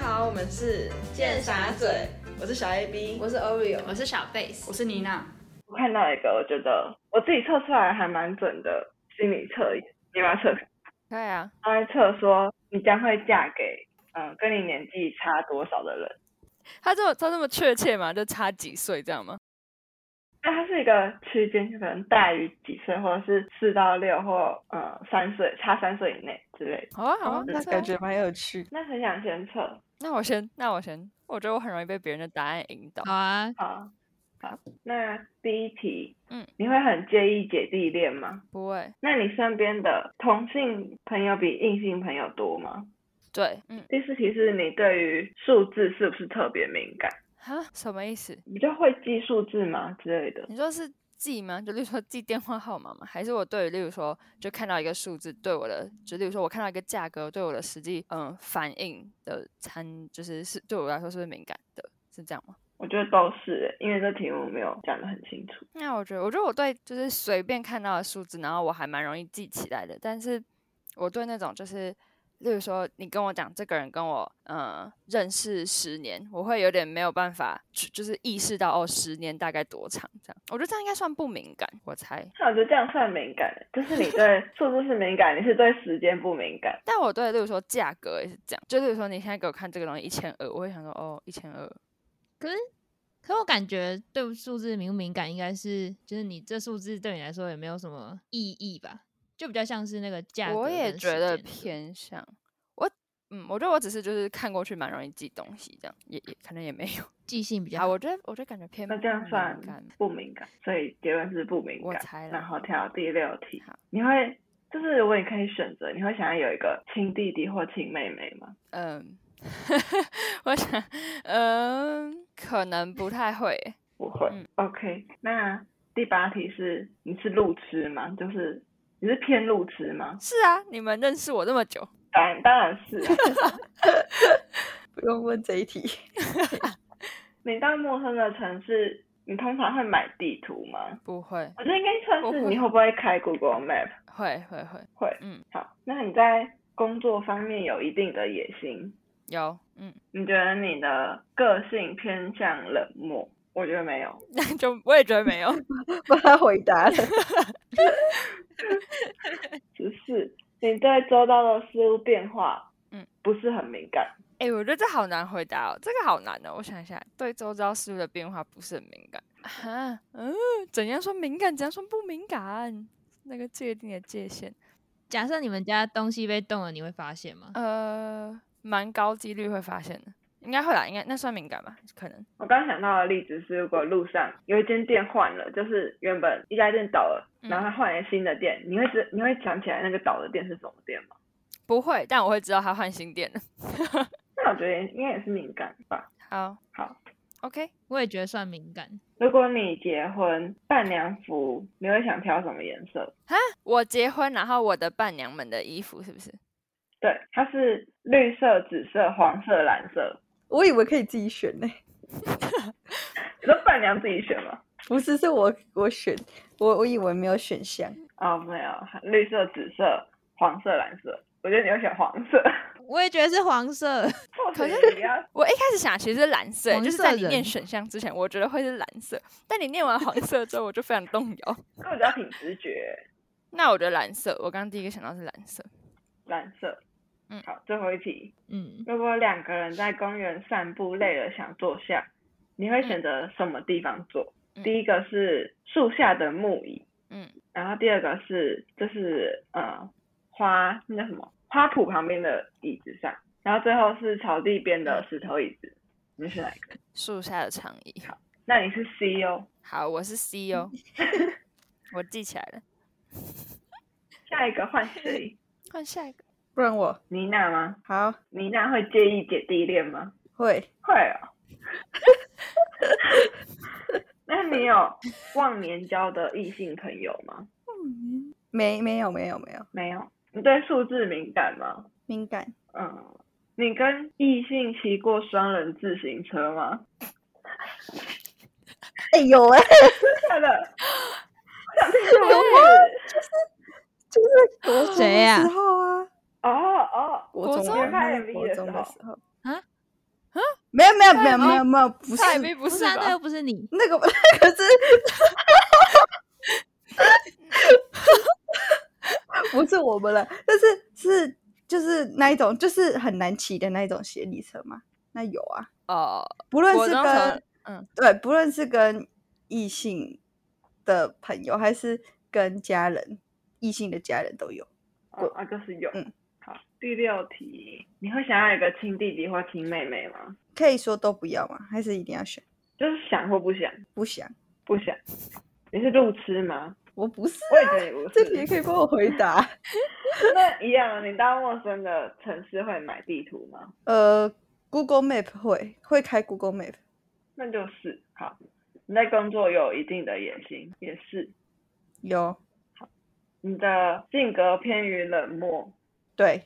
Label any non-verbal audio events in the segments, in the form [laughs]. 好，我们是贱傻嘴，我是小 A B，我是 Oreo，我是小贝斯，我是妮娜。我看到一个，我觉得我自己测出来还蛮准的心理测验，你要不要测？可以啊，他在测说你将会嫁给嗯跟你年纪差多少的人。他这么他这么确切嘛，就差几岁这样吗？那它是一个区间，就可能大于几岁，或者是四到六或呃三岁，差三岁以内之类的。嗯好啊好啊，哦那可以啊感觉蛮有趣。那很想先测那我先那我先，我觉得我很容易被别人的答案引导。好啊，好，好，那第一题，嗯，你会很介意姐弟恋吗？不会，那你身边的同性朋友比异性朋友多吗？对，嗯，第四题是你对于数字是不是特别敏感？哈，什么意思？你就会记数字吗之类的？你说是记吗？就例如说记电话号码吗？还是我对于例如说就看到一个数字对我的，就例如说我看到一个价格对我的实际嗯反应的参，就是是对我来说是不是敏感的？是这样吗？我觉得都是欸，因为这题目没有讲得很清楚。那我觉得，我觉得我对就是随便看到的数字，然后我还蛮容易记起来的。但是我对那种就是，例如说你跟我讲这个人跟我呃认识十年，我会有点没有办法去，就是意识到哦，十年大概多长这样。我觉得这样应该算不敏感，我猜。那我觉得这样算敏感的，就是你对 [laughs] 数字是敏感，你是对时间不敏感。但我对，例如说价格也是这样，就例如说你现在给我看这个东西一千二，我会想说哦，一千二，可是，可我感觉对数字敏不敏感，应该是就是你这数字对你来说也没有什么意义吧，就比较像是那个价格。我也觉得。偏向我，嗯，我觉得我只是就是看过去蛮容易记东西这样，也也可能也没有。记性比较啊，好，我觉得我觉得感觉偏那这样敏算感不敏感，所以结论是不敏我感。猜了然后跳第六题好，你会就是如果你可以选择，你会想要有一个亲弟弟或亲妹妹吗？嗯， [laughs] 我想，嗯，可能不太会耶。不会。嗯 OK，那第八题是你是路痴吗？就是你是偏路痴吗？是啊，你们认识我这么久，当然当然是啊、 [laughs] 不用问这一题，你到陌生的城市，你通常会买地图吗？不会，我觉得应该算我是会你会不会开 Google Map？会会会会，嗯，好，那你在工作方面有一定的野心，有，嗯， [laughs] 你觉得你的个性偏向冷漠？我觉得没有。那就我也觉得没有， [laughs] 帮他回答了。只是你对周遭的事物变化，嗯，不是很敏感。哎、我觉得这好难回答哦，这个好难哦。我想一下，对周遭事物的变化不是很敏感 [laughs] 啊，嗯，怎样说敏感，怎样说不敏感，那个界定的界限，假设你们家东西被动了，你会发现吗？呃，蛮高几率会发现的，应该会啦，应该那算敏感吧，可能我刚想到的例子是，如果路上有一间店换了，就是原本一家店倒了，嗯然后他换了新的店，你会知你会想起来那个倒的店是什么店吗？不会，但我会知道他换新店了。那我觉得应该也是敏感吧。好好，OK，我也觉得算敏感。如果你结婚，伴娘服你会想挑什么颜色？我结婚，然后我的伴娘们的衣服是不是？对，它是绿色、紫色、黄色、蓝色。我以为可以自己选呢、 [laughs] 你说伴娘自己选吗？ [laughs] 不是，是我我选，我我以为没有选项。哦，没有，绿色、紫色、黄色、蓝色。我觉得你会选黄色。 [laughs] 我也觉得是黄色，或可者是你要我一开始想其实是蓝色欸，黄就是色在你念人选项之前，我觉得会是蓝色，但你念完黄色之后，我就非常动摇。 [laughs] 那我觉得挺直觉，那我觉得蓝色，我刚刚第一个想到是蓝色。蓝色。嗯好，最后一题。嗯，如果两个人在公园散步累了想坐下，你会选择什么地方坐？嗯第一个是树下的木椅，嗯，然后第二个是就是呃花那叫什么花圃旁边的椅子上，然后最后是草地边嗯的石头椅子。你是哪一个？树下的长椅。那你是 C 哦。好，我是 C [laughs] 哦，我记起来了。下一个换 [laughs] 谁？换下一个，不然我妮娜吗？好妮娜会介意姐弟恋吗？会会哦。 [laughs] 那你有忘年交的异性朋友吗？没没有没有没有没有。你对数字敏感吗？敏感，嗯。你跟异性骑过双人自行车吗？哎、有 [laughs] 哎、真的。我想听故事。就是国中谁呀的时候啊，哦哦，国国中中啊拍那是 MV 国的中时的候时候，没有没有没有没有没有，不是蔡明 [laughs] 不不是是啊，那吧又？不是你，那个 [laughs] 那个是，不是我们了，但是是就是那一种就是很难骑的那一种斜里车嘛，那有啊，哦，不论我是当时跟嗯对，不论是跟异性的朋友，还是跟家人，异性的家人都有。哦啊，就是有。嗯好，第六题，你会想要有个亲弟弟或亲妹妹吗？可以说都不要吗？还是一定要选？就是想或不想？不想，不想。你是路痴吗？我不是我也啊、觉得你不 [laughs] 这题也是。可以帮我回答。 [laughs] 那一样啊，你到陌生的城市会买地图吗？ [laughs] 呃，Google Map 会会开 Google Map，那就是好。你在工作有一定的野心，也是。有你的性格偏于冷漠，对，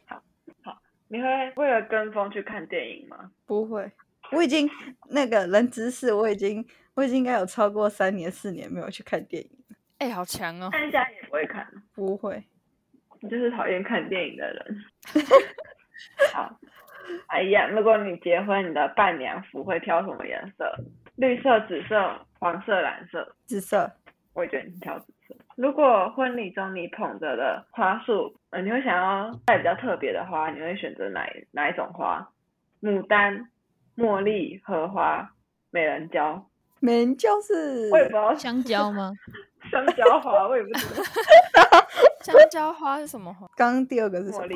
你会为了跟风去看电影吗？不会。我已经那个人知识，我已经我已经应该有超过三年四年没有去看电影了，哎、好强哦！但家也不会看，不会。你就是讨厌看电影的 [laughs] 人。好，哎呀，如果你结婚，你的伴娘服会挑什么颜色？绿色、紫色、黄色、蓝色。紫色我也觉得你挑紫色。如果婚礼中你捧着的花束，呃，你会想要带比较特别的花，你会选择哪一哪一种花？牡丹、茉莉、荷花、美人蕉，美人蕉是我也不知道香蕉吗？ [laughs] 香蕉花，我也不知道香蕉花是什么花？刚刚第二个是什茉 [laughs] 么？莉。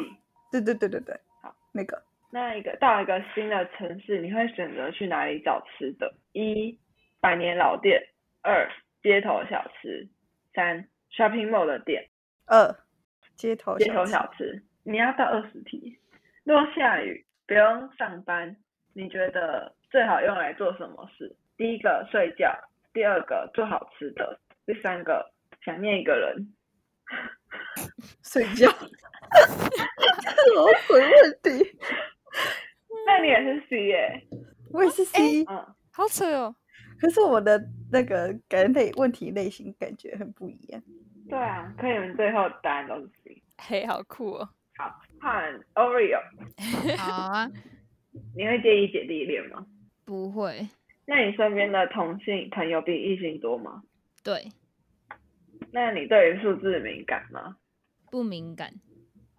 对对对对对，好，那个那一个到一个新的城市，你会选择去哪里找吃的？一、百年老店；二、街头小吃；三、shopping mall 的店。二呃街头街头吃小吃，你要到二十题。如果下雨不用上班，你觉得最好用来做什么事？第一个睡觉，第二个做好吃的，第三个想念一个人。睡觉， [laughs] 这什么鬼问题？那你也是 C 耶、我也是 C，、嗯，好扯哦！可是我的那个感类问题类型感觉很不一样。对啊，可以，你们最后答案都是 C。嘿，好酷哦！看 Oreo，好啊，你会介意姐弟恋吗？不会，那你身边的同性朋友比异性多吗？对，那你对于数字敏感吗？不敏感，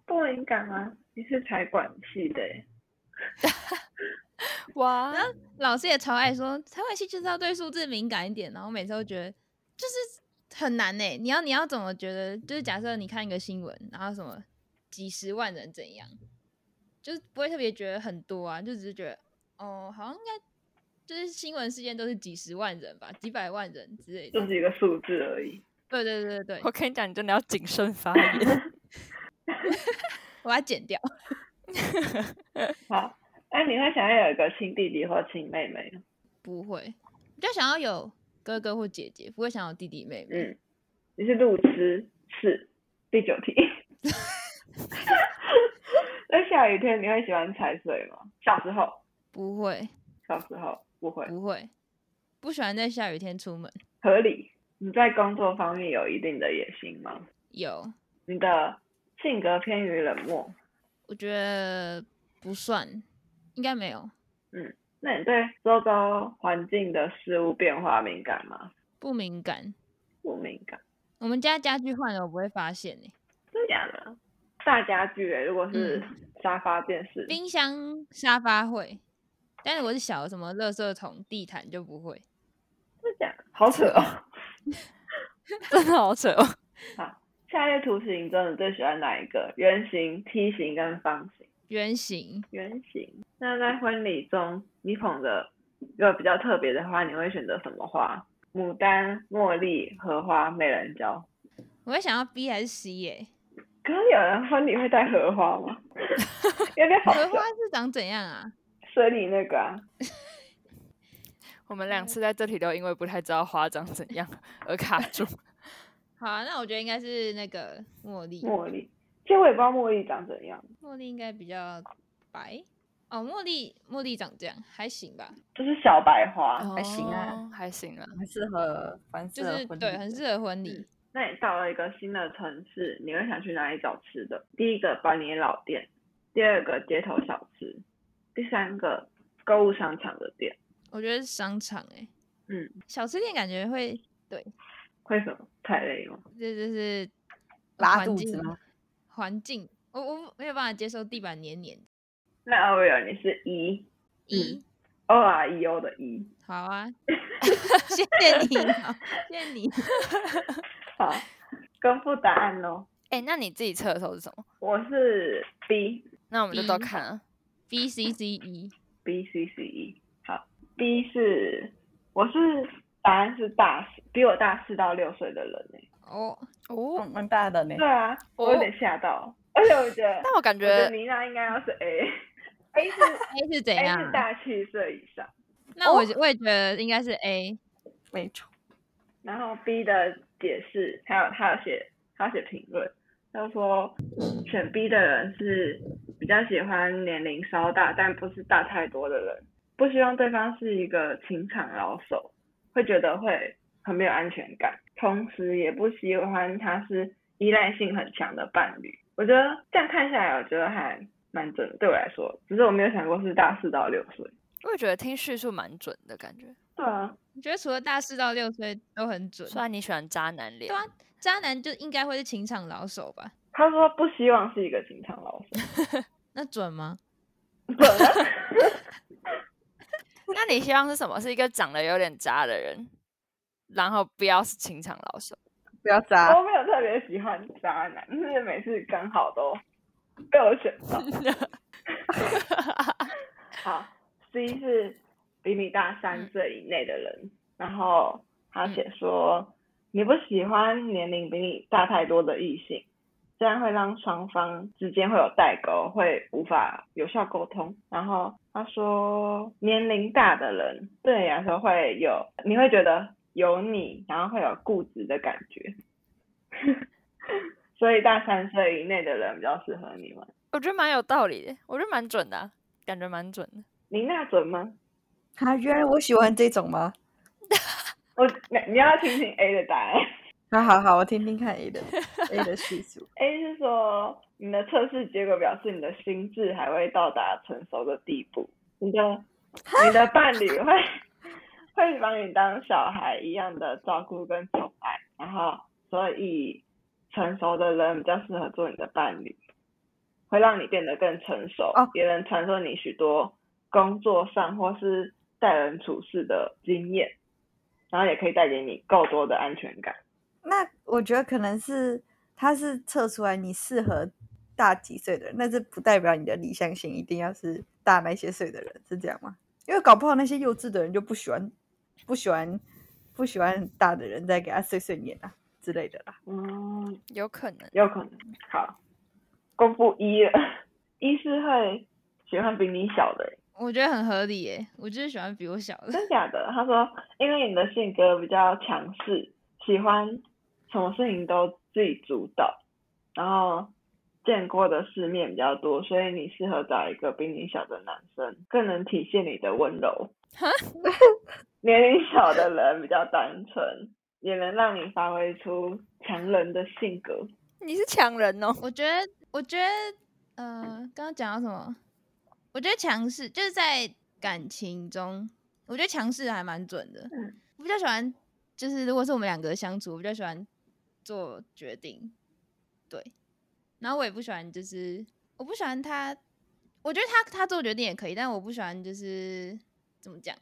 不敏感啊，你是财管系的耶、哇，老师也超爱说，台湾系就是要对数字敏感一点，然后每次都觉得就是很难呢、你要你要怎么觉得？就是假设你看一个新闻，然后什么几十万人怎样，就是不会特别觉得很多啊，就只是觉得哦，好像应该就是新闻事件都是几十万人吧，几百万人之类的就。是一个数字而已。对对对对我对，跟你讲，你真的要谨慎发言。 [laughs] 我要剪掉。好，哎、你会想要有一个亲弟弟或亲妹妹吗？不会，比较想要有哥哥或姐姐，不会想要弟弟妹妹。嗯，你是路痴，是第九题。那下雨天你会喜欢踩水吗？小时候，不会，小时候不会，不会，不喜欢在下雨天出门。合理。你在工作方面有一定的野心吗？有，你的性格偏于冷漠，我觉得不算，应该没有，那你对周遭环境的事物变化敏感吗？不敏感。不敏感，我们家家具换了，我不会发现欸呢、真假的？大家具、欸，如果是沙发、电视，冰箱、沙发会，但是我是小的什么垃圾桶、地毯就不会。真假的？好扯哦！真的好扯哦！下列图形中你最喜欢哪一个？圆形、梯形跟方形。圆形圆形。那在婚礼中，你捧着一个比较特别的花，你会选择什么花？牡丹、茉莉、荷花、美人蕉。我会想要 B 还是欸 C 耶、可是有人婚礼会带荷 [laughs] 花吗？有点好荷花笑，是长怎样啊？水里那个啊，我们两次在这里都因为不太知道花长怎样而卡住。好啊，那我觉得应该是那个茉莉。茉莉。其实我也不知道茉莉长怎样，茉莉应该比较白哦，茉莉茉莉长这样还行吧，就是小白花。还行啊哦， [laughs] 还行啊。很适合，反就适合是婚对，礼很的嗯适合婚礼。那你到了一个新的城市，你会想去哪里找吃的？第一个百年老店，第二个街头小吃，第三个购物商场的店我觉得商场哎、欸，嗯，小吃店感觉会会什么太累吗？这就是呃拉环肚境子吗？环境，我我没有办法接受地板黏黏的。那 o r e 你是一嗯一，O R E O 的一，好 [laughs] 啊，谢谢你哦，谢谢你。好，公布答案喽。 [laughs] 哎、那你自己测的时候是什么？我是 B 那我们就都一看啊了。 B C C E， B C C E，好，B 是我是答案是大四，比我大四到六岁的人呢、哦，哦，蛮大的呢对啊，我有点吓到，而且我觉得，但我感我觉得觉妮娜应该要是 A，A 是 A 是怎哎 A 样是？大七岁以上，那哦我觉我也觉得应该是 A。没错。然后 B 的解释还有他有写他有写评论，他说选 B 的人是比较喜欢年龄稍大但不是大太多的人，不希望对方是一个情场老手，会觉得会很没有安全感，同时也不喜欢他是依赖性很强的伴侣。我觉得这样看下来，我觉得还蛮准的，对我来说，只是我没有想过是大四到六岁。我也觉得听叙述蛮准的感觉。对啊，我觉得除了大四到六岁都很准，虽然你喜欢渣男脸对，啊，渣男就应该会是情场老手吧？他说不希望是一个情场老手。 [laughs] 那准吗？那你希望是什么？是一个长得有点渣的人，然后不要是情场 [laughs] 老手。不要砸，我没有特别喜欢渣男，就是每次刚好都被我选到。好，C 是比你大三岁以内的人，然后他写说、你不喜欢年龄比你大太多的异性，这样会让双方之间会有代沟，会无法有效沟通。然后他说，年龄大的人对你来说会有，你会觉得有你，然后会有固执的感觉。所以大三岁以内的人比较适合你们。我觉得蛮有道理的，我觉得蛮准的啊、感觉蛮准的。你那准吗？啊，原来我喜欢这种吗？我你你要听听 A 的答案。那好好，我听听看 A 的 A 的叙述。 A 是说，你的测试结果表示你的心智还未到达成熟的地步，你的你的伴侣会会把你当小孩一样的照顾跟宠爱，然后所以成熟的人比较适合做你的伴侣，会让你变得更成熟，哦也能传授你许多工作上或是待人处事的经验，然后也可以带给你够多的安全感。那我觉得可能是他是测出来你适合大几岁的人，但是不代表你的理想型一定要是大那些岁的人，是这样吗？因为搞不好那些幼稚的人就不喜欢不喜欢不喜欢很大的人再给他碎碎念啊之类的啦。嗯，有可能，有可能。好，公布一 [laughs] 了，一是会喜欢比你小的，我觉得很合理耶，我就是喜欢比我小的。真假的？他说，因为你的性格比较强势，喜欢什么事情都自己主导，然后见过的世面比较多，所以你适合找一个比你小的男生，更能体现你的温柔。 [laughs] 年龄小的人比较单纯，也能让你发挥出强人的性格。你是强人哦。我觉得，我觉得，呃，刚刚讲到什么？我觉得强势就是在感情中，我觉得强势还蛮准的。嗯我比较喜欢，就是如果是我们两个相处，我比较喜欢做决定，对。然后我也不喜欢，就是我不喜欢他，我觉得他他做决定也可以，但我不喜欢就是怎么讲，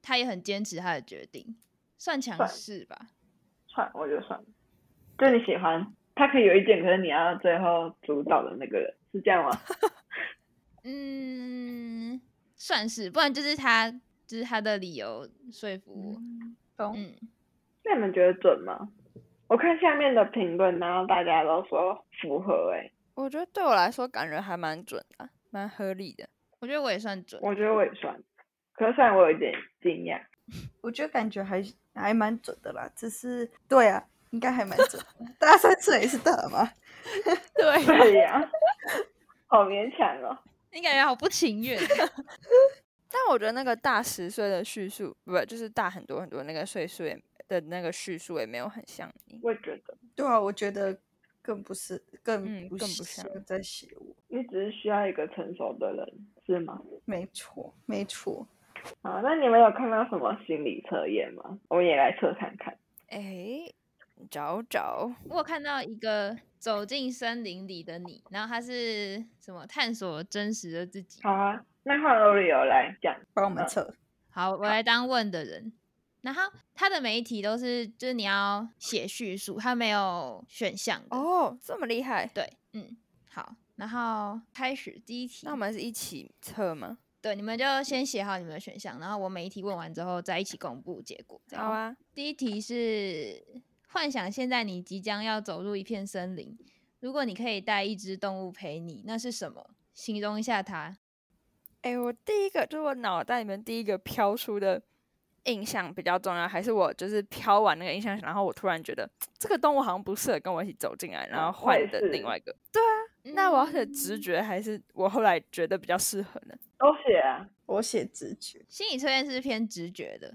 他也很坚持他的决定，算强算势吧。算，我觉得算了。就你喜欢，他可以有一点，可是你要最后主导的那个人，是这样吗？嗯，算是，不然就是他，就是他的理由说服我。懂嗯，那你们觉得准吗？我看下面的评论，然后大家都说符合、欸，我觉得对我来说感觉还蛮准的啊，蛮合理的。我觉得我也算准。我觉得我也算，可是虽然我有点惊讶，我觉得感觉还还蛮准的啦，只是对啊，应该还蛮准的。大三岁也是大嘛，对，对呀、 [laughs] 好勉强哦。你感觉好不情 [laughs] 愿 [laughs] 但我觉得那个大十岁的叙述，不就是大很多很多那个岁数也的那个叙述也没有很像你。我也觉得对啊，我觉得更不是更嗯不更不像像在写我。你只是需要一个成熟的人，是吗？没错，没错。好，那你们有看到什么心理测验吗？我们也来测看看。哎，找找，我有看到一个走进森林里的你，然后他是什么探索真实的自己。好啊，那换 Oreo 来讲。帮我们嗯测。好，我来当问的人。然后他的每一题都是，就是你要写叙述，他没有选项的。哦，这么厉害，对，嗯，好。然后开始第一题，那我们是一起测吗？对你们就先写好你们的选项，然后我每一题问完之后再一起公布结果。这样好。啊，第一题是幻想现在你即将要走入一片森林，如果你可以带一只动物陪你，那是什么？形容一下它。哎、我第一个就是我脑袋里面第一个飘出的印象比较重要，还是我就是飘完那个印象，然后我突然觉得这个动物好像不适合跟我一起走进来，然嗯后我也换的是另外一个。对啊，那我要写嗯直觉还是我后来觉得比较适合呢？都写啊，我写直觉，心理测验是偏直觉的，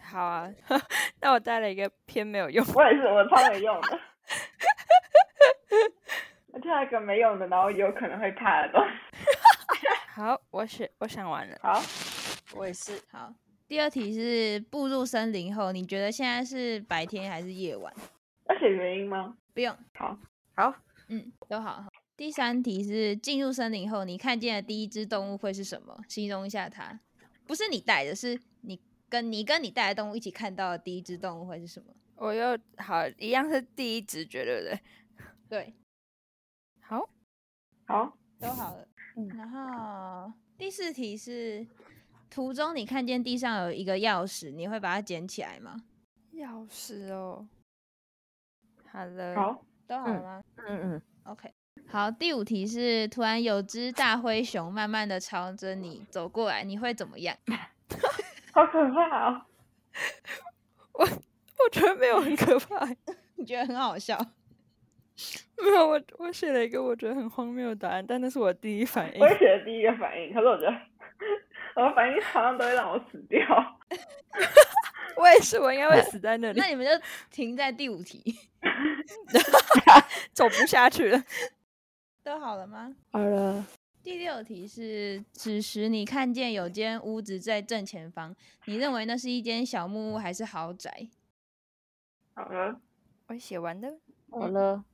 好啊， [laughs] 那我带了一个偏没有用。我也是，我超没用的。我跳一个没用的，然后有可能会怕的东西。 [laughs] 好，我写，我想完了。好，我也是。好，第二题是步入森林后，你觉得现在是白天还是夜晚？要写原因吗？不用，好，嗯，都好。第三题是进入森林后，你看见的第一只动物会是什么？形容一下它，不是你带的，是你跟你跟你带的动物一起看到的第一只动物会是什么？我又好，一样是第一直觉，对不对？对，好，好，都好了。嗯然后第四题是途中你看见地上有一个钥匙，你会把它捡起来吗？钥匙哦。好了，好，都好了吗、嗯嗯， o k 好，第五题是突然有只大灰熊慢慢的朝着你走过来，你会怎么样？ [laughs] 好可怕哦！我觉得没有很可怕，你觉得很好笑？ [laughs] [laughs] 没有我我写了一个我觉得很荒谬的答案，但那是我第一反哎应我。也写了第一个反应，可是我觉得我的反应好像都会让我死掉。我也是，我应该会死在那里那，你们就停在第五题，走不下去了。都好了吗？ [laughs] 好了，第六题是：此时你看见有间屋子在正前方，你认为那是一间小木屋还是豪宅？好了，我写完的，好了，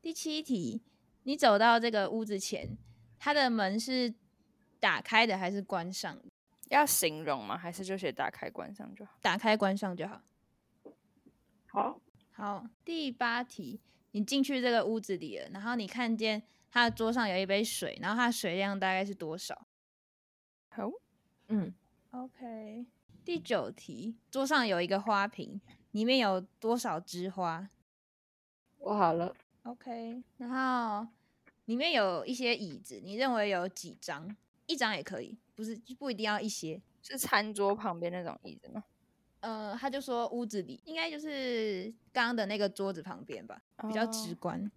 第七题，你走到这个屋子前，它的门是打开的还是关上的？要形容吗？还是就写打开关上就好？打开关上就好。好，好，第八题，你进去这个屋子里了，然后你看见他的桌上有一杯水，然后它的水量大概是多少好，嗯， ？OK。第九题，桌上有一个花瓶，里面有多少枝花我好了， ？OK。然后里面有一些椅子，你认为有几张？一张也可以，不是不一定要一些。是餐桌旁边那种椅子吗？呃，他就说屋子里应该就是刚刚的那个桌子旁边吧，比较直哦。观。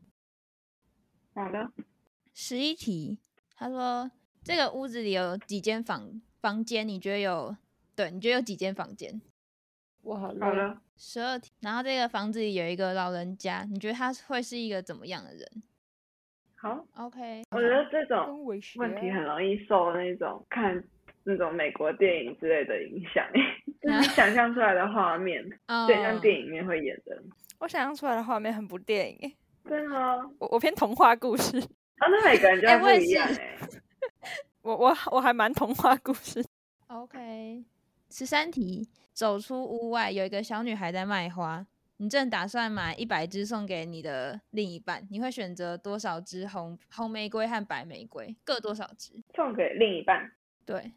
好了，十一题，他说这个屋子里有几间房房间？你觉得有？对，你觉得有几间房间？我好好，了，十二题，然后这个房子里有一个老人家，你觉得他会是一个怎么样的人嗯好。 ？OK，我觉得这种跟我学问题很容易受那种看那种美国电影之类的影响， [laughs] 就是你想象出来的画面，嗯，对，像电影里面会演的。我想象出来的画面很不电影欸，对啊吗？我我偏童话故事，啊，那每个人就哎会我也不一样是哎、我我我还蛮童话故事 OK，十三题，走出屋外有一个小女孩在卖花，你正打算买一百支送给你的另一半，你会选择多少支红红玫瑰和白玫瑰，各多少支？送给另一半。对，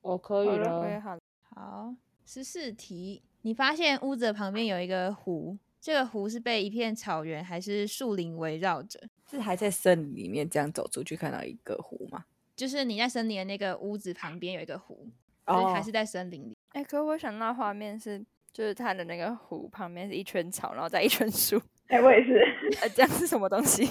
我可以我也了好了，好。十四题，你发现屋子旁边有一个湖，这个湖是被一片草原还是树林围绕着？是还在森林里面这样走出去看到一个湖吗？就是你在森林的那个屋子旁边有一个湖，所以哦还，是在森林里。哎、可我想到画面是，就是它的那个湖旁边是一圈草，然后再一圈树，哎、我也是。呃，这样是什么东西？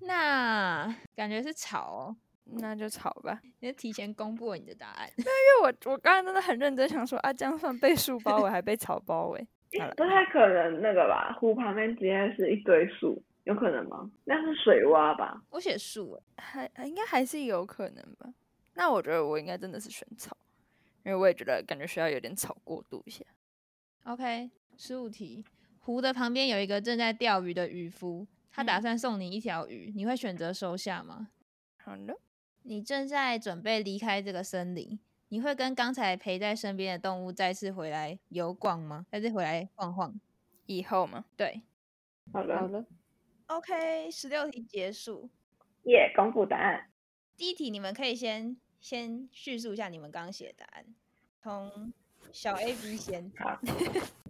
那感觉是草哦， [laughs] 那就草吧，因你就提前公布了你的答案。 [laughs] 为我我刚刚真的很认真想说啊，这样算被树 [laughs] 包围还被草包围，好了， [laughs] 不太可能那个吧？湖旁边直接是一堆树，有可能吗？那是水洼吧？我写树欸还应该还是有可能吧。那我觉得我应该真的是选草，因为我也觉得感觉需要有点草过渡一下。 OK，十五题，湖的旁边有一个正在钓鱼的渔夫，他打嗯算送你一条鱼，你会选择收下吗？好的，你正在准备离开这个森林，你会跟刚才陪在身边的动物再次回来游逛吗？再次回来晃晃？以后嘛，对好了，了， ，OK，十六题结束。耶、公布答案。第一题你们可以先先叙述一下你们刚刚写的答案，从小 A B 先。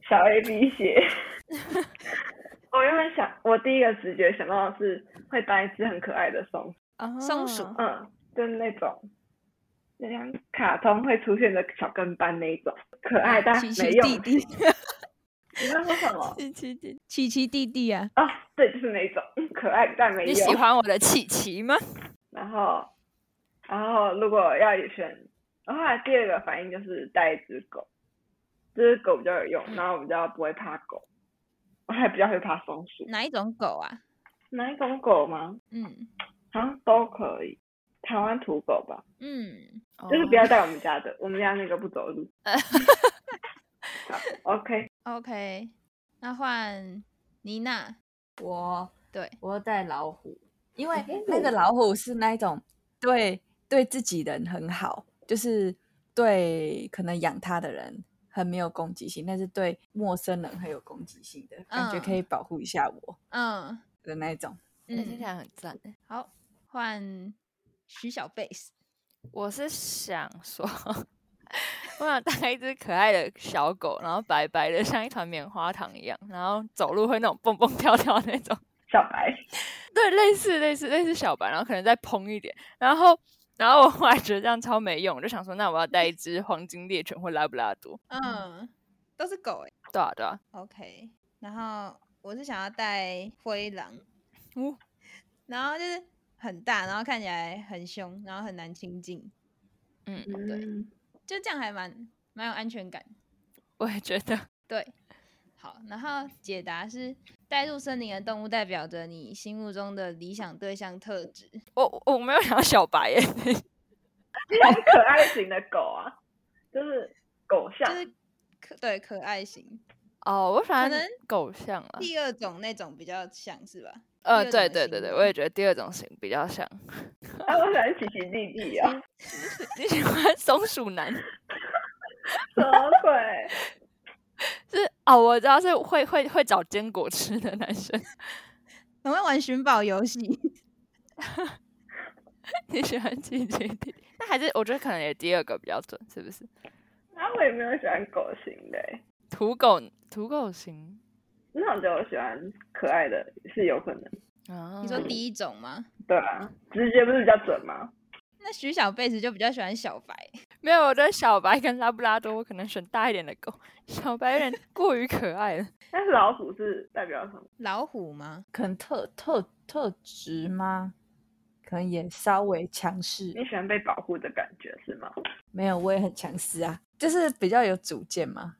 小 A B [laughs] 血。我原本想，我第一个直觉想到的是会当一只很可爱的松，松鼠啊嗯，就是那种那像卡通会出现的小跟班那一种，可爱啊但奇没奇用弟弟 [laughs] 性。，你在说什么？奇奇弟，奇奇弟弟啊，哦，对，就是那一种 [laughs] 可爱但没你用。喜欢我的琪琪吗？然后，然后如果要选，然后后来第二个反应就是带一只狗，这只狗比较有用，然后我比较不会怕狗，我还比较会怕松鼠。哪一种狗啊？哪一种狗吗？嗯好像都可以，台湾土狗吧，嗯，哦就是不要带我们家的，我们家那个不 [laughs] 走路。嗯好 OK， OK，那换妮娜。我对，我要带老虎，因为哦虎那个老虎是那一种对对自己人很好，就是对可能养它的人很没有攻击性，但是对陌生人很有攻击性的感觉，可嗯以保护一下我嗯的那一种。嗯，听起嗯，来很赞。好，换徐小贝斯。我是想说， [laughs] 我想带一只可爱的小狗，然后白白的，像一团棉花糖一样，然后走路会那种蹦蹦跳跳那种。小白，对，类似类似类似小白，然后可能再蓬一点，然后然后我后来觉得这样超没用，我就想说，那我要带一只黄金猎犬或拉布拉多。嗯，都是狗哎、对啊对啊， OK，然后我是想要带灰狼，哦然后就是很大，然后看起来很凶，然后很难亲近，嗯，对，嗯，就这样还蛮蛮有安全感。我也觉得对，好，然后解答是带入森林的动物代表着你心目中的理想对象特质。我我没有想到小白耶， [laughs] 很可爱型的狗啊，就是狗像，就是可对可爱型。哦，我反可能正狗像啊，第二种那种比较像是吧？呃，第二种对对对的形对，容我也觉得第二种型比较像。啊，我喜欢奇奇弟弟啊， [laughs] 你喜欢松鼠男？ [laughs] 什么鬼？ [laughs] 是哦，我知道是会会会找坚果吃的男生。 [laughs] 很会玩寻宝游戏。你喜欢奇奇弟？那还是我觉得可能也第二个比较准，是不是？啊，我也没有喜欢狗型的欸、土狗土狗型那我觉得我喜欢可爱的是有可能，啊？你说第一种吗？对啊，直觉不是比较准吗？那徐小贝子就比较喜欢小白，没有？我觉得小白跟拉布拉多，我可能选大一点的狗。小白有点过于可爱了。 [laughs] 但是老虎是代表什么？老虎吗？可能特特特质吗？可能也稍微强势，你喜欢被保护的感觉是吗？没有，我也很强势啊，就是比较有主见嘛。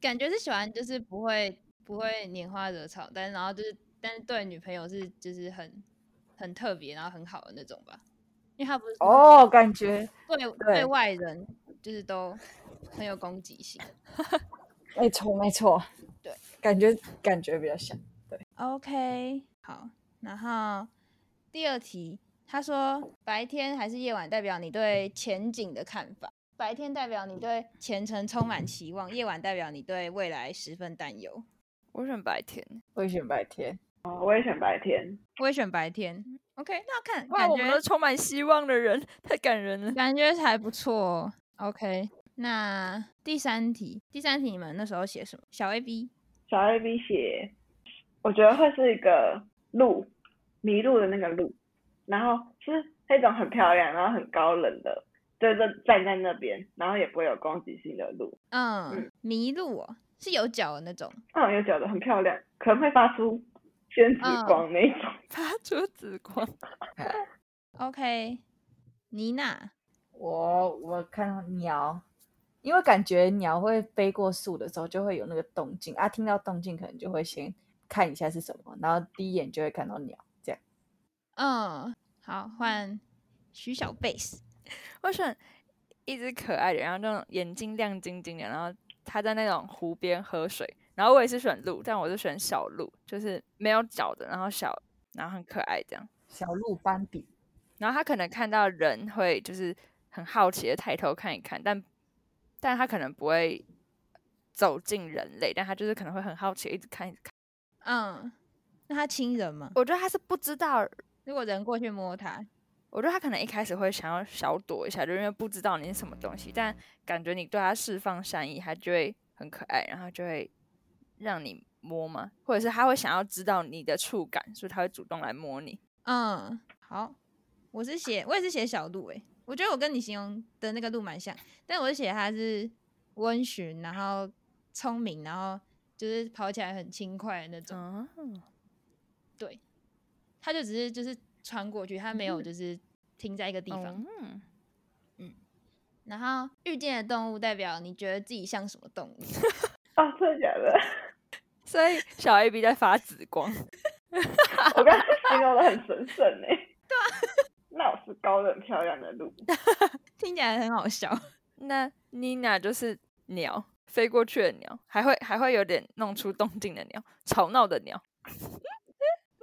感觉是喜欢，就是不会不会拈花惹草，但然后就是，但是对女朋友是就是很很特别，然后很好的那种吧。因为他不是哦，感觉对对对外人就是都很有攻击性。没错没错，对，感觉感觉比较像。 OK，好，然后第二题，他说白天还是夜晚代表你对前景的看法。白天代表你对前程充满期望，夜晚代表你对未来十分担忧。我选白天，我也选白天，哦，我也选白天，我也选白天。OK，那嗯看哇，感我们觉都充满希望的人，太感人了。 [laughs] 感觉还不错哦。OK，那第三题，第三题你们那时候写什么？小 A B 小 A B 写，我觉得会是一个鹿，迷路的那个鹿，然后是那种很漂亮，然后很高冷的，就是站在那边，然后也不会有攻击性的鹿，嗯嗯，麋鹿哦，是有角的那种。嗯，有角的很漂亮，可能会发出仙子嗯光那一种。发出紫光， OK，妮娜，我我看到鸟，因为感觉鸟会飞过树的时候就会有那个动静啊，听到动静可能就会先看一下是什么，然后第一眼就会看到鸟。这样嗯，好，换徐小贝斯。我选一只可爱的，然后那种眼睛亮晶晶的，然后它在那种湖边喝水。然后我也是选鹿，但我是选小鹿，就是没有脚的，然后小，然后很可爱这样。小鹿斑比，然后它可能看到人会就是很好奇的抬头看一看，但但它可能不会走近人类，但它就是可能会很好奇地一直看一直看。嗯，那它亲人吗？我觉得它是不知道如果人过去摸它，我觉得他可能一开始会想要小躲一下，就因为不知道你是什么东西，但感觉你对他释放善意，他就会很可爱，然后就会让你摸嘛，或者是他会想要知道你的触感，所以他会主动来摸你。嗯，好，我是写，我也是写小鹿诶、欸我觉得我跟你形容的那个鹿蛮像，但我是写它是温驯，然后聪明，然后就是跑起来很轻快的那种。嗯，它就只是就是穿过去，它没有就是停在一个地方。嗯，然后遇见的动物代表你觉得自己像什么动物？ [laughs] 哦，真的假的？所以小 A B 在发紫光， [laughs] 我刚才形容的很神圣哎、欸。对啊。那我是高冷漂亮的鹿，听起来很好笑。 [laughs] 那妮娜就是鸟，飞过去的鸟，还会还会有点弄出动静的鸟，吵闹的鸟。 [laughs]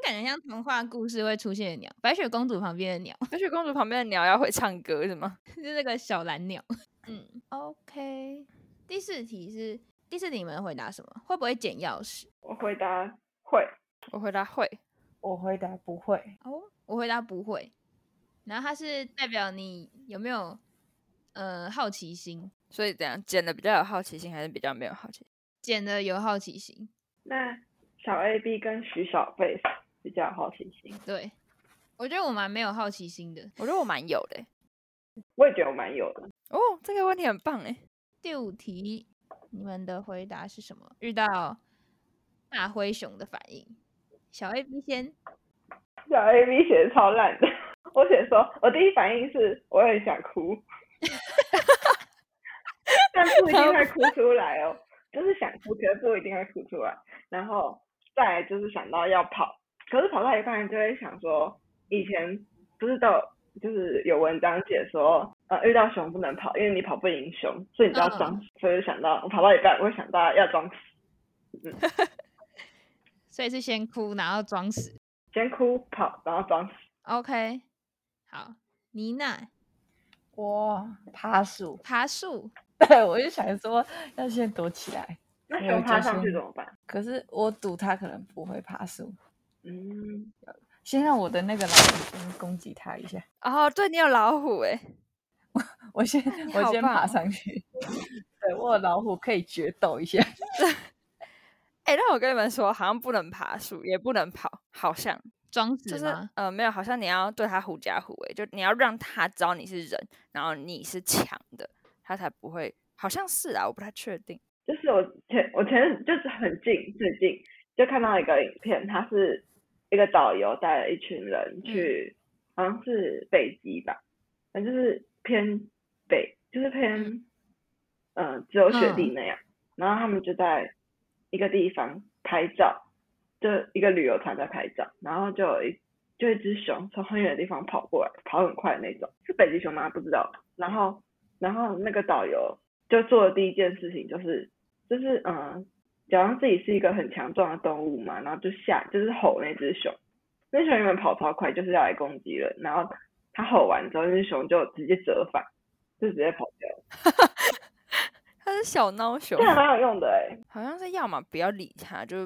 感觉像童话故事会出现的鸟，白雪公主旁边的鸟白雪公主旁边的鸟要会唱歌是吗？ [laughs] 是那个小蓝鸟。 [laughs] 嗯，OK。第四题是第四题，你们回答什么？会不会捡钥匙？我回答会。我回答会。我回答不会。哦，我回答不会。然后它是代表你有没有呃好奇心，所以怎样剪的比较有好奇心，还是比较没有好奇心？捡的有好奇心。那小 A B 跟徐小贝比较有好奇心，对，我觉得我蛮没有好奇心的。我觉得我蛮有的欸、我也觉得我蛮有的。哦，这个问题很棒哎、第五题，你们的回答是什么？遇到大灰熊的反应，小 A B 先。小 A B 写的超烂的，我写说，我第一反应是我很想哭，但不一定会哭出来哦，就是想哭，可是不一定会哭出来。然后再来就是想到要跑，可是跑到一半就会想说，以前不是都有就是有文章写说，呃，遇到熊不能跑，因为你跑不赢熊，所以你就要装死。所以就想到我跑到一半，我会想到要装死，所以是先哭，然后装死。先哭跑，然后装死。 OK，好，妮娜哇，爬树， [laughs] 爬树，对我就想说要先躲起来，那我熊就爬上去先怎么办？可是我赌他可能不会爬树，嗯，先让我的那个老虎先攻击他一下，哦，对你有老虎哎、我先你我好先棒爬哦上去， [laughs] 对我有老虎可以决斗一下，哎、那我跟你们说，好像不能爬树，也不能跑，好像装死就是吗？呃没有，好像你要对它狐假虎威，就你要让它知道你是人，然后你是强的，它才不会。好像是啊，我不太确定。就是我前我前就是很近最近就看到一个影片，他是一个导游带了一群人去，好像是北极吧，反正就是偏北，就是偏嗯、呃只有雪地那样。然后他们就在一个地方拍照，就一个旅游团在拍照，然后就有一就一只熊从很远的地方跑过来，跑很快那种，是北极熊吗？不知道。然后然后那个导游就做的第一件事情就是就是嗯、呃假装自己是一个很强壮的动物嘛，然后就吓就是吼那只熊，那熊原本跑超快，就是要来攻击人，然后他吼完之后，那只熊就直接折返，就直接跑掉了，它是小孬熊这，还蛮有用的哎、好像是要么不要理它，就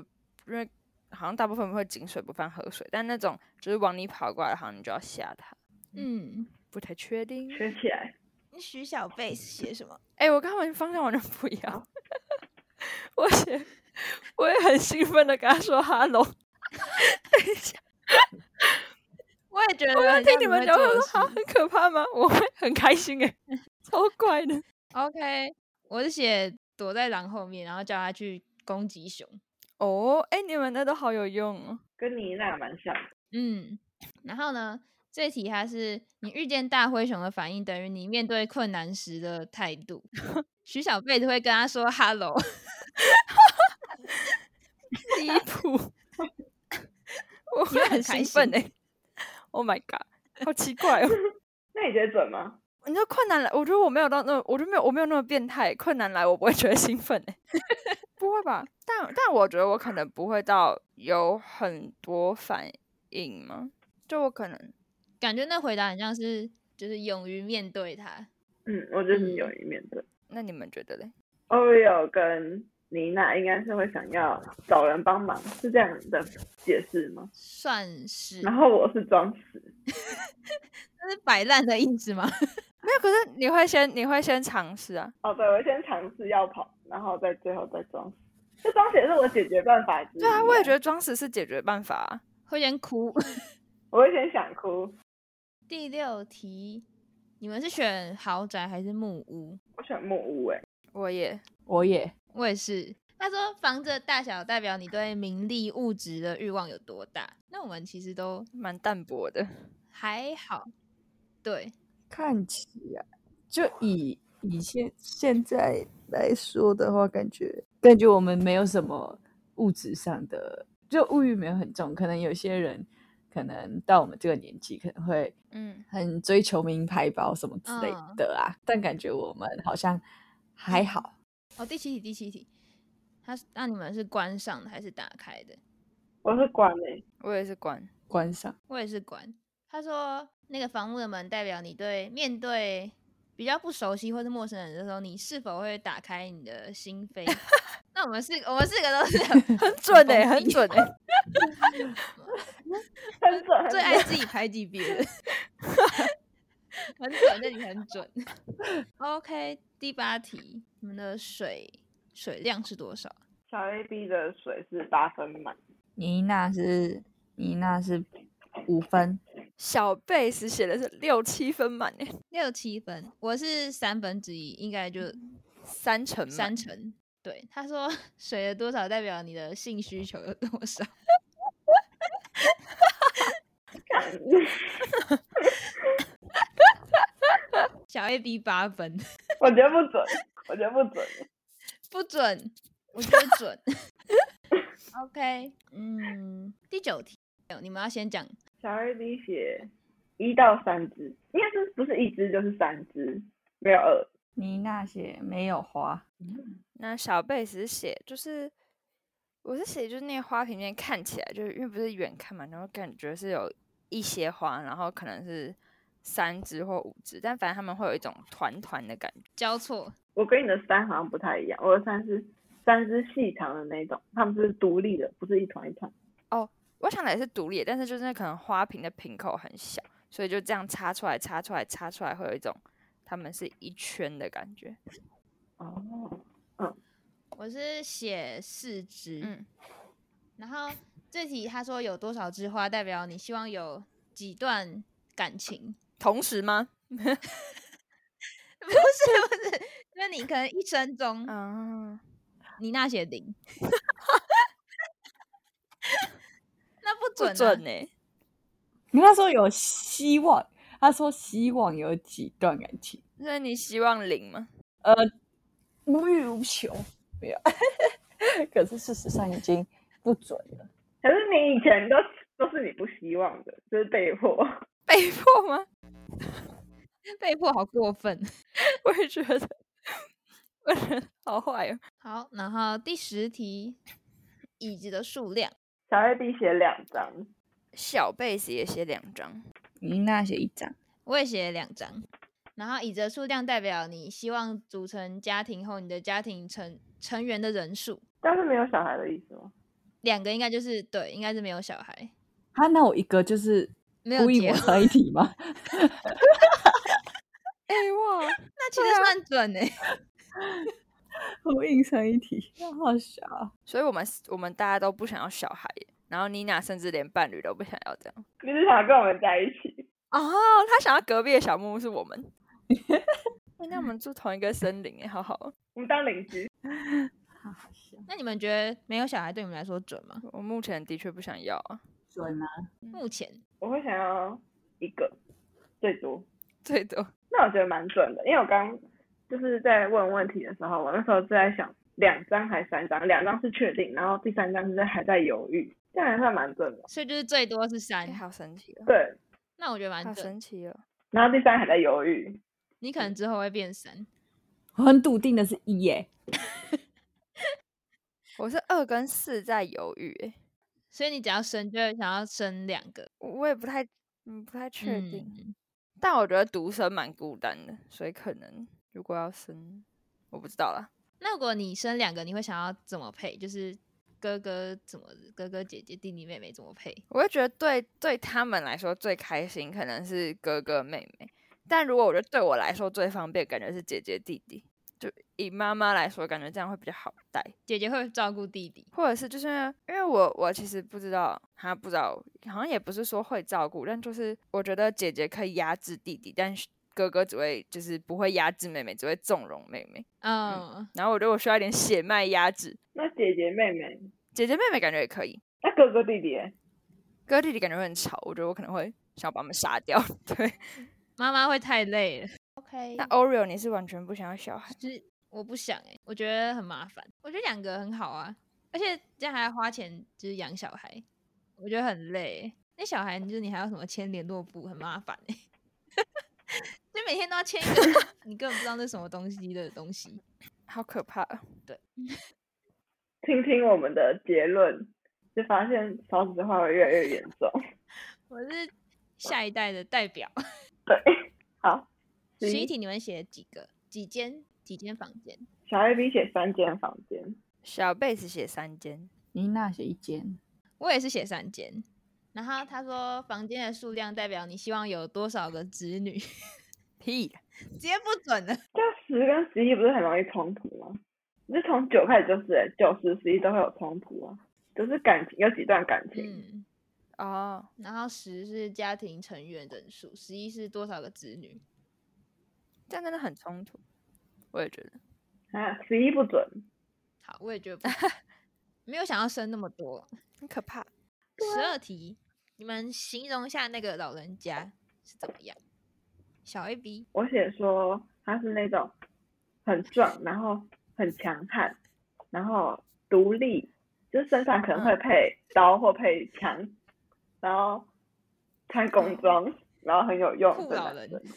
因为好像大部分会井水不犯河水，但那种就是往你跑过来，好像你就要吓它。嗯，不太确定。学起来。那徐小贝是写什么？哎、我跟他们方向完全不一样。 [laughs] 我写，我也很兴奋的跟他说 “hello”， [laughs] 我也觉得我很刚像听你们会聊，做我的说事哈很可怕吗？ [laughs] 我会很开心 [laughs] 哎、超怪的。 OK，我是写躲在狼后面，然后叫它去攻击熊。哦，哎，你们那都好有用哦。跟妮娜蛮像的，嗯，然后呢，这题它是你遇见大灰熊的反应，等于你面对困难时的态度。徐小贝都会跟他说 “hello”， [laughs] 第一 [laughs] 步，我你会会很很开 [laughs] 兴奋心哎、Oh my god，好奇怪哦。那你觉得准吗？你说困难来，我觉得我没有到那，我就没有我没有那么变态。困难来，我不会觉得兴奋哎、 [laughs] 不会吧？但但我觉得我可能不会到有很多反应嘛，就我可能感觉那回答很像是就是勇于面对它。嗯，我就是勇于面对。那你们觉得嘞？ Oreo 跟妮娜应该是会想要找人帮忙，是这样的解释吗？算嗯是，然后我是装死，这是摆烂的意思吗？ [laughs] 没有，可是你会先你会先尝试啊，哦，对，我先尝试要跑，然后再最后再装死。这装死也是我解决办法之一。对啊，我也觉，得装死是解决办法、啊。会先哭。我会先想哭，第六题，你们是选豪宅还是木屋？我选木屋、欸，哎，我也我也我也是。他说房子的大小代表你对名利物质的欲望有多大。那我们其实都蛮淡薄的，还好，对，看起来，就以以现现在来说的话，感觉感觉我们没有什么物质上的，就物欲没有很重。可能有些人可能到我们这个年纪，可能会嗯，很追求名牌包什么之类嗯的啊，但感觉我们好像还好。哦，第七题，第七题，他是那你们是关上的还是打开的？我是关欸诶、我也是关。关上我也是关。他说那个房屋的门代表你对面对比较不熟悉或是陌生人的时候，你是否会打开你的心扉？ [laughs] 那我们四我们四个都是很准哎、哎、很准哎、很准，最很准爱自己排挤别人， [laughs] 很准，那你很准。OK，第八题，你们的水水量是多少？小 A B 的水是八分满， [laughs] 妮娜是妮娜是五分， [laughs] 小贝斯写的是六七分满哎、六七分，我是三分之一，应该就三成满三成。对，他说水的多少代表你的性需求有多少。小 A B 八分，我觉得不准，我觉得不准。不准，我觉得准。OK，嗯，第九题，你们要先讲小 A B 写一到三只，应该是不是一只就是三只，没有二。妮娜写没有花，那小贝只是写，就是我是写，就是那个花瓶面看起来，就是因为不是远看嘛，然后感觉是有一些花，然后可能是三只或五只，但反正他们会有一种团团的感觉。交错，我跟你的三好像不太一样，我的三是三只细长的那种，它们是独立的，不是一团一团。我想的也是独立的，但是就是那可能花瓶的瓶口很小，所以就这样插出来、插出来、插出来，会有一种他们是一圈的感觉。哦，我是写四只，嗯，然后这题他说有多少枝花，代表你希望有几段感情？ [laughs] 同时吗？不是不是，就是你可能一生中，啊，你那写 [laughs] 零，那不不准、啊，准欸呢、你他说有希望，他说希望有几段感情，所以你希望零吗？ [laughs] 呃，无欲无求，没有。 [laughs] 可是事实上已经不准了。可是你以前都都是你不希望的，就是被迫。 [laughs] 被迫吗？ [laughs] 被迫好过分。我也觉得， [laughs] 我觉得好坏哦。好，然后第十题，椅子的数量，小 A B 写两张，小贝斯也写两张，妮娜写一张，我也写了两张。然后椅子的数量代表你希望组成家庭后，你的家庭成成员的人数，但是没有小孩的意思吗？两个应该就是对，应该是没有小孩，他啊那我一个就是没有故意结我婚猜题吗？哎、哇， [laughs] 那其实算准欸呢、我硬猜一题，好笑啊。所以我们我们大家都不想要小孩耶，然后妮娜甚至连伴侣都不想要这样。你是想跟我们在一起？哦，她想要隔壁的小木屋是我 [laughs] 们。哎那我们住同一个森林哎，好好哦。我们当邻居？好好笑，那你们觉得没有小孩对你们来说准吗？我目前的确不想要啊，准啊！目前我会想要一个，最多。最多那我觉得蛮准的，因为我刚就是在问问题的时候，我那时候就在想两张还是三张，两张是确定，然后第三张就是还在犹豫，这样还算蛮准的。所以就是最多是哎、三，好神奇哦，对，那我觉得蛮好准。神奇哦。然后第三还在犹豫，你可能之后会变三。我很笃定的是一耶，我是二跟四在犹豫、欸，所以你只要生就会想要生两个，我我也不太嗯不太确定，嗯但我觉得独生蛮孤单的，所以可能如果要生，我不知道啦。那如果你生两个，你会想要怎么配？就是哥哥怎么哥哥姐姐弟弟妹妹怎么配？我会觉得对对他们来说最开心可能是哥哥妹妹，但如果我觉得对我来说最方便，感觉是姐姐弟弟。就以妈妈来说，感觉这样会比较好带，姐姐会照顾弟弟，或者是就是因为我我其实不知道，他不知道，好像也不是说会照顾，但就是我觉得姐姐可以压制弟弟，但是哥哥只会就是不会压制妹妹，只会纵容妹妹。嗯，然后我觉得我需要一点血脉压制，那姐姐妹妹，姐姐妹妹感觉也可以，那哥哥弟弟耶，哥哥弟弟感觉会很吵，我觉得我可能会想要把他们杀掉。 [laughs] 对，妈妈会太累了。OK，那 Oreo 你是完全不想要小孩，就是我不想哎、我觉得很麻烦。我觉得两个很好啊，而且这样还要花钱，就是养小孩，我觉得很累欸。那小孩就是你还要什么签联络簿，很麻烦哎、 [laughs] 就每天都要签一个，你根本不知道那是什么东西的东西。好可怕哦！听听我们的结论，就发现少子化会越来越严重。 [laughs] 我是下一代的代表。对，好，十一一题你们写几个？几间？几间房间？小 A B 写三间房间，小贝斯写三间，妮娜写一间，我也是写三间。然后他说，房间的数量代表你希望有多少个子女，直屁啦，接不准了。这样十跟十一不是很容易冲突吗？就从九开始就是欸，九十十一都会有冲突啊，就是感情有几段感情，嗯，哦，然后十是家庭成员人数，十一是多少个子女？这样真的很冲突。我也觉得，啊，十一不准，好，我也觉得不没有想要生那么多。很可怕。十二题，你们形容一下那个老人家是怎么样？小 A B，我写说他是那种很壮，然后很强悍，然后独立，就是身上可能会嗯配刀或配枪，然后穿工装，然后很有用嗯酷的老男人生。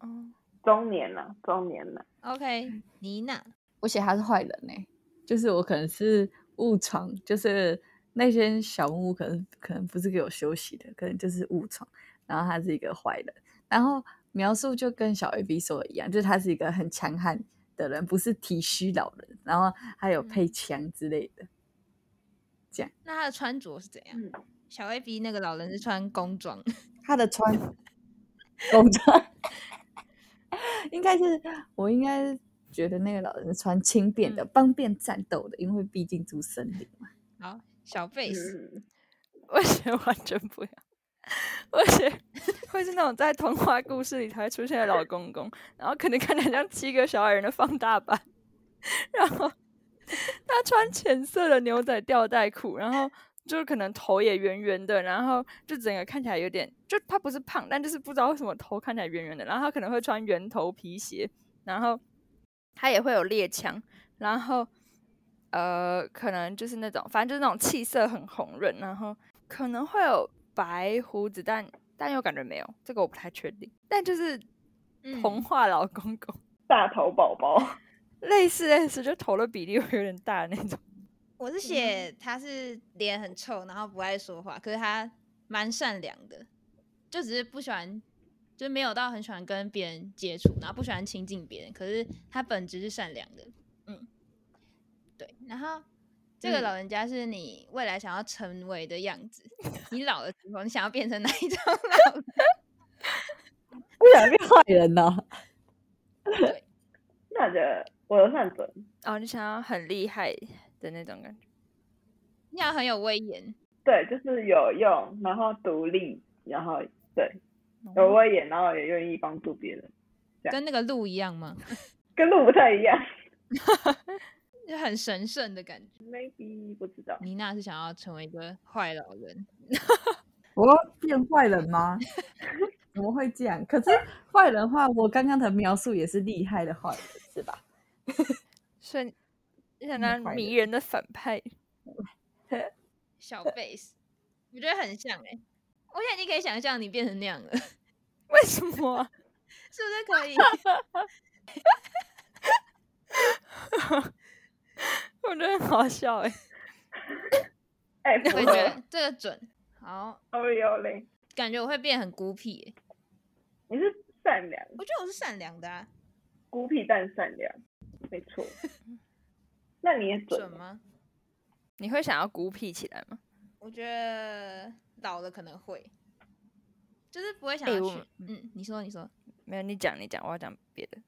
哦，中年了、中年啊了， OK，妮娜，我写他是坏人欸呢、就是我可能是误闯，就是那些小木屋可能可能不是给我休息的，可能就是误闯，然后他是一个坏人，然后描述就跟小 A B 说的一样，就是他是一个很强悍的人，不是体虚老人，然后还有配枪之类的，那他的穿着是怎样？嗯，小 A B 那个老人是穿工装，他的穿工装， [laughs] 应该是我应该觉得那个老人穿轻便的，方便战斗的，因为毕竟住森林嘛。好，小贝斯。嗯我写完全不要， [laughs] 我写会是那种在童话故事里才会出现的老公公，然后可能看起来像七个小矮人的放大版，然后他穿浅色的牛仔吊带裤，然后就是可能头也圆圆的，然后就整个看起来有点，就他不是胖，但就是不知道为什么头看起来圆圆的，然后他可能会穿圆头皮鞋，然后他也会有猎枪，然后。呃，可能就是那种，反正就是那种气色很红润，然后可能会有白胡子，但但又感觉没有，这个我不太确定。但就是嗯童话老公公， [laughs] 大头宝宝， [laughs] 类似类似，就头的比例会有点大的那种。我是写他是脸很臭，然后不爱说话，可是他蛮善良的，就只是不喜欢，就没有到很喜欢跟别人接触，然后不喜欢亲近别人。可是他本质是善良的，嗯，对。然后这个嗯老人家是你未来想要成为的样子，你老了之后你想要变成哪一种啊老人？不想变坏人哦呢、那我觉得我的算准，哦，你想要很厉害的那种感觉，你想要很有威严，对，就是有用，然后独立，然后对哦有威严，然后也愿意帮助别人，对跟那个鹿一样吗？跟路不太一样就很神圣的感觉。 ，maybe 不知道，妮娜是想要成为一个坏老人，我要变坏人吗？怎么会这样？可是坏人的话，我刚刚的描述也是厉害的坏人，是吧？所以你想那当坏人迷人的反派， [laughs] 小贝斯，欸 [laughs] 我觉得很像哎、我想你可以想象你变成那样了，为什么啊、是不是可以？我觉得很好笑哎、哎，我符也觉合得这个准。好， Oreo 嘞，感觉我会变很孤僻耶、你是善良，我觉得我是善良的啊，孤僻但善良，没 [laughs] 错。那你也准准吗？吗？你会想要孤僻起来吗？我觉得老了可能会，就是不会想哎要我去。嗯，你说，你说，没有，你讲你讲，我要讲别的。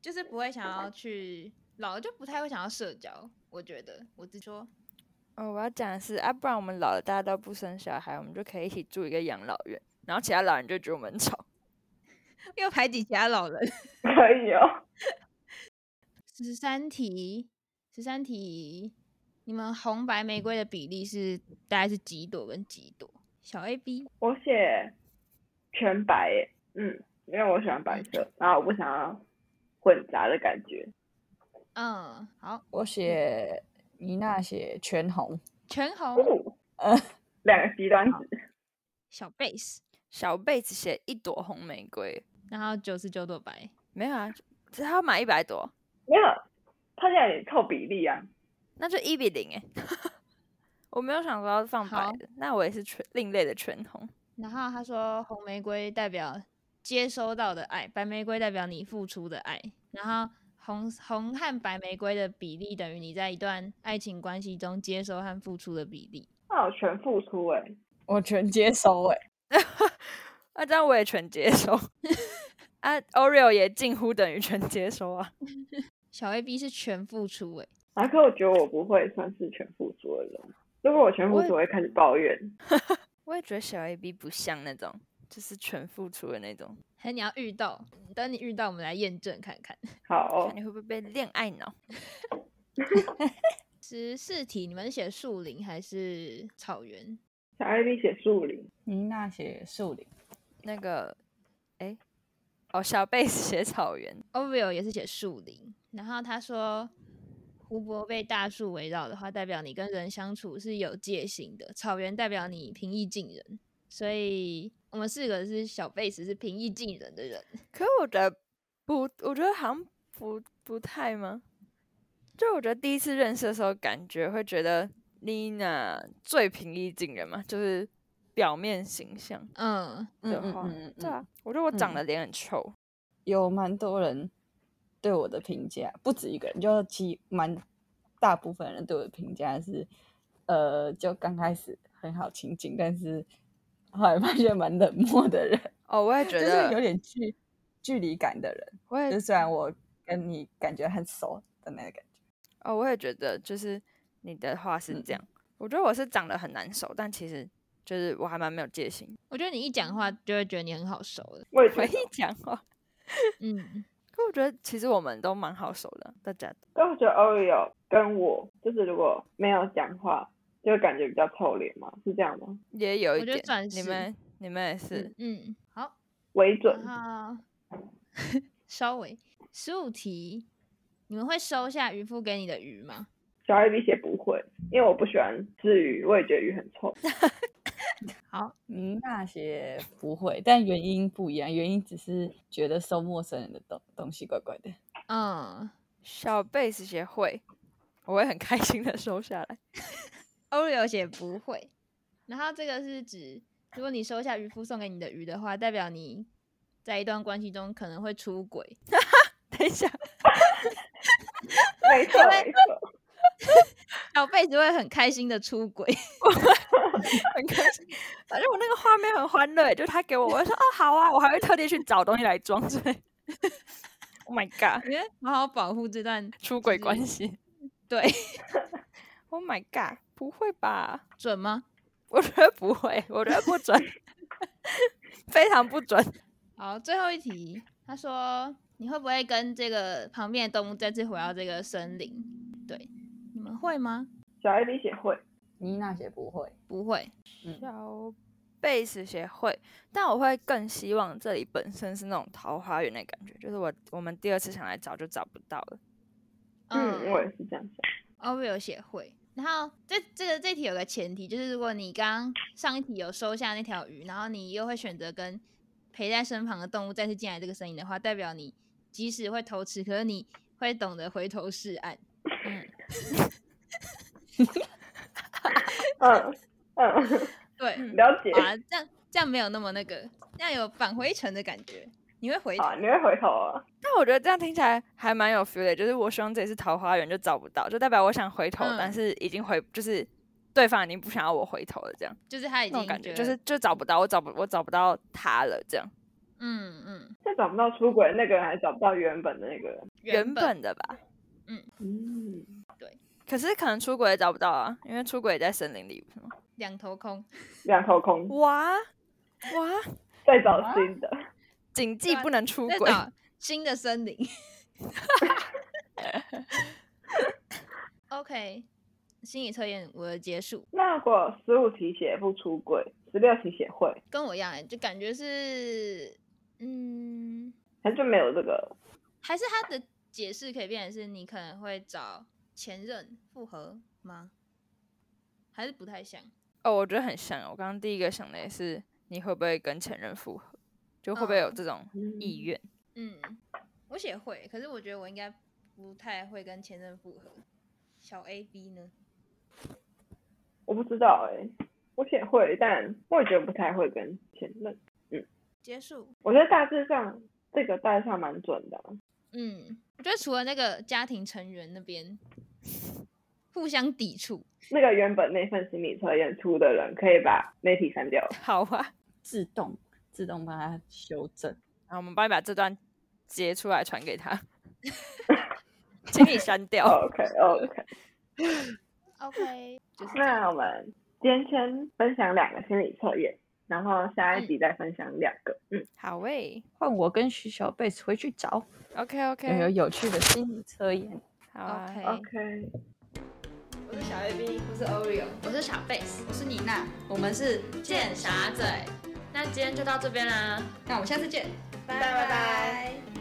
就是不会想要去，老了就不太会想要社交。我觉得，我只说 [laughs] 哦，我要讲的是啊，不然我们老了，大家都不生小孩，我们就可以一起住一个养老院，然后其他老人就觉得我们很吵。又排挤其他老人。 [laughs] 可以哦。十三题，十三题，你们红白玫瑰的比例是大概是几朵跟几朵？小 A B，我写全白耶，嗯，因为我喜欢白色，然后我不想要混杂的感觉。嗯，好，我写妮娜写全红，全红，哦，呃，两个极端值，小 base，小贝子写一朵红玫瑰，然后九十九朵白，没有啊，只他要买一百朵，没有，他现在也凑比例啊。那就一比零哎。 [laughs] 我没有想说要放白好的，那我也是全另类的全红。然后他说红玫瑰代表接收到的爱，白玫瑰代表你付出的爱，然后红红和白玫瑰的比例等于你在一段爱情关系中接收和付出的比例。那我全付出哎，我全接收哎、那啊这样我也全接收 [laughs] 啊，Oreo 也近乎等于全接收啊。小 A B 是全付出、欸，啊，可我觉得我不会算是全付出的人。如果我全付我也出，我会开始抱怨。我也觉得小 A B 不像那种就是全付出的那种，还是你要遇到，等你遇到我们来验证看看。好哦、看你会不会被恋爱脑。十四题，你们写树林还是草原？小 A B 写树林，妮娜写树林，那个，哎、哦，小贝斯写草原， Oreo 也是写树林，然后他说湖泊被大树围绕的话，代表你跟人相处是有戒心的；草原代表你平易近人，所以我们四个是小贝斯是平易近人的人。可我觉得不，我觉得好像不不太吗？就我觉得第一次认识的时候，感觉会觉得 Nina 最平易近人嘛，就是表面形象嗯，的嗯话，嗯嗯对嗯啊，我觉得我长嗯得脸很臭，有蛮多人对我的评价，不止一个人，就其蛮大部分人对我的评价是，呃，就刚开始很好亲近，但是后来发现蛮冷漠的人，哦，我 [laughs] 也就觉是有得，点距距离感的人。我也就虽然我跟你感觉很熟的那个感觉，哦，我也觉得，就是你的话是嗯这样。我觉得我是长得很难熟，但其实就是我还蛮没有戒 [laughs] 心，我觉得你一讲话就会觉得你很好熟了。我也觉我得一讲话。嗯，可我觉得其实我们都蛮好熟的，大家但我觉得 Oreo 跟我就是如果没有讲话，就会感觉比较臭脸嘛，是这样吗？也有我一觉得点算，你是们你们也是。嗯，好。为准，啊然后 [laughs] 稍微十五题，你们会收下渔夫给你的鱼吗？小 A B 写不会，因为我不喜欢吃鱼，我也觉得鱼很臭。嗯，那些不会，但原因不一样，原因只是觉得收陌生人的东东西怪怪的。嗯小贝斯协会，我会很开心的收下来。 ，Oreo 写不会。然后这个是指，如果你收下渔夫送给你的鱼的话，代表你在一段关系中可能会出轨，等一下，没错，没错，小贝子会很开心的出 [laughs] 轨。很开心。反正我那个画面很欢乐，就他给我，我就说哦好啊，我还会特地去找东西来装所以 [laughs] Oh my god，我觉得好好保护这段出轨是关 [laughs] 系。对 Oh my god，不会吧？ [laughs] 准吗？我觉得不会，我觉得不准， [laughs] 非常不准。好，最后一题，他说你会不会跟这个旁边的动物再次回到这个森林？对，你们会吗？小 A B 写会，妮娜写嗯不会，不会。小贝斯协会，但我会更希望这里本身是那种桃花源的感觉，就是我我们第二次想来找就找不到了。嗯，我也是这样想。 Oreo 协会。然后这这个这题有个前提，就是如果你刚上一题有收下那条鱼，然后你又会选择跟陪在身旁的动物再次进来这个森林的话，代表你即使会偷吃，可是你会懂得回头是岸。嗯嗯， [laughs] 对，了解。啊，这样这样没有那么那个，这样有返回城的感觉，你会回头。好，你会回头啊？但我觉得这样听起来还蛮有 feel 的，就是我希望这里是桃花源就找不到，就代表我想回头，嗯但是已经回，就是对方已经不想要我回头了，这样就是他已那种经感觉，得就是就找不到，我找不我找不到他了，这样嗯嗯，是找不到出轨的那个人，还找不到原本的那个人。原本本的吧。嗯，可是可能出轨也找不到啊，因为出轨也在森林里，不是吗？两头空，两头空，哇哇，再找新的。谨记啊不能出再轨。 [laughs] 找新的森林。OK，心理测验我的结束，那如果十五题写不出轨，十六题写会，跟我一样、欸，就感觉是嗯，他就没有这个。还是他的解释可以变成是你可能会找前任复合吗？还是不太像？哦，我觉得很像。我刚刚第一个想的也是，你会不会跟前任复合？就会不会有嗯这种意愿？嗯，我写会，可是我觉得我应该不太会跟前任复合。小 A B 呢？我不知道哎、我写会，但我也觉得不太会跟前任。结束。我觉得大致上这个大致上蛮准的啊。嗯， [laughs] 我觉得除了那个家庭成员那边互相抵触，那个原本那份心理测验出的人，可以把那题 [laughs] 删掉。好啊，自动自动帮他修正。然后我们帮你把这段截出来传给 [laughs] 他，请你删掉。哦 OK OK， [laughs] OK，就是那我们今天分享两个心理测验，然后下嗯一集再分享两个。嗯，好喂换我跟徐小贝回去找，OK 有没有 OK，有趣的心理测验。好啊 OK， OK，我是小 A B，我是 Oreo，我是小 Face，我是妮娜，我们是贱傻嘴。那今天就到这边啦，那我们下次见，拜拜拜。